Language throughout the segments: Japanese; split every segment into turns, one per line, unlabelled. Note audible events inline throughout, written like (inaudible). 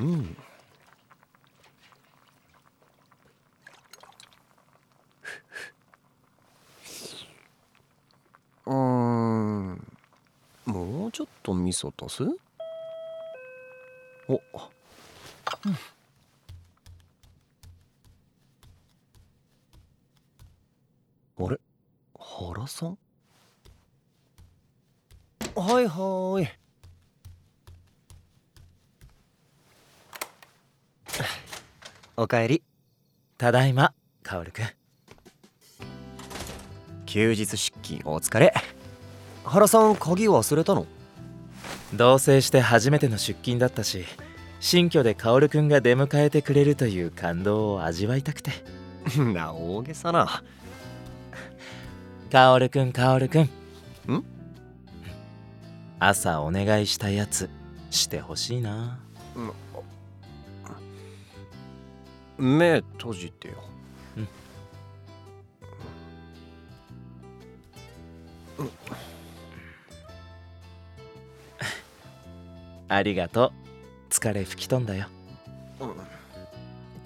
うんうーんもうちょっと味噌足すおあれ原さんはいはーい
おかえりただいまカオルくん
休日出勤お疲れ原さん鍵忘れたの
同棲して初めての出勤だったし新居でカオルくんが出迎えてくれるという感動を味わいたくて
(laughs) な大げさな
カオルくんカオルくん
ん
朝お願いしたやつしてほしいな
目閉じてよ
うんありがとう疲れ吹き飛んだよ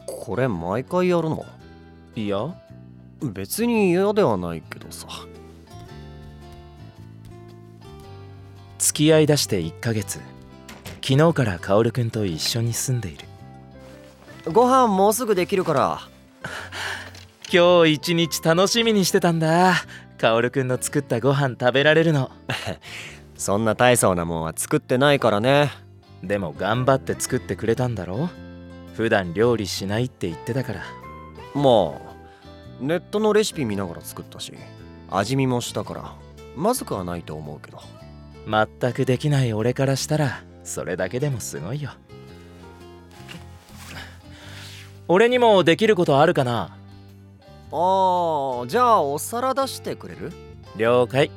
これ毎回やるの
いいよ
別に嫌ではないけどさ
付き合いだして1ヶ月昨日からカオルくんと一緒に住んでいる
ご飯もうすぐできるから
今日一日楽しみにしてたんだカオルくんの作ったご飯食べられるの
そんな大層なもんは作ってないからね
でも頑張って作ってくれたんだろ普段料理しないって言ってたから
まあネットのレシピ見ながら作ったし味見もしたからまずくはないと思うけど
全くできない俺からしたらそれだけでもすごいよ俺にもできることあるかな
ああじゃあお皿出してくれる
了解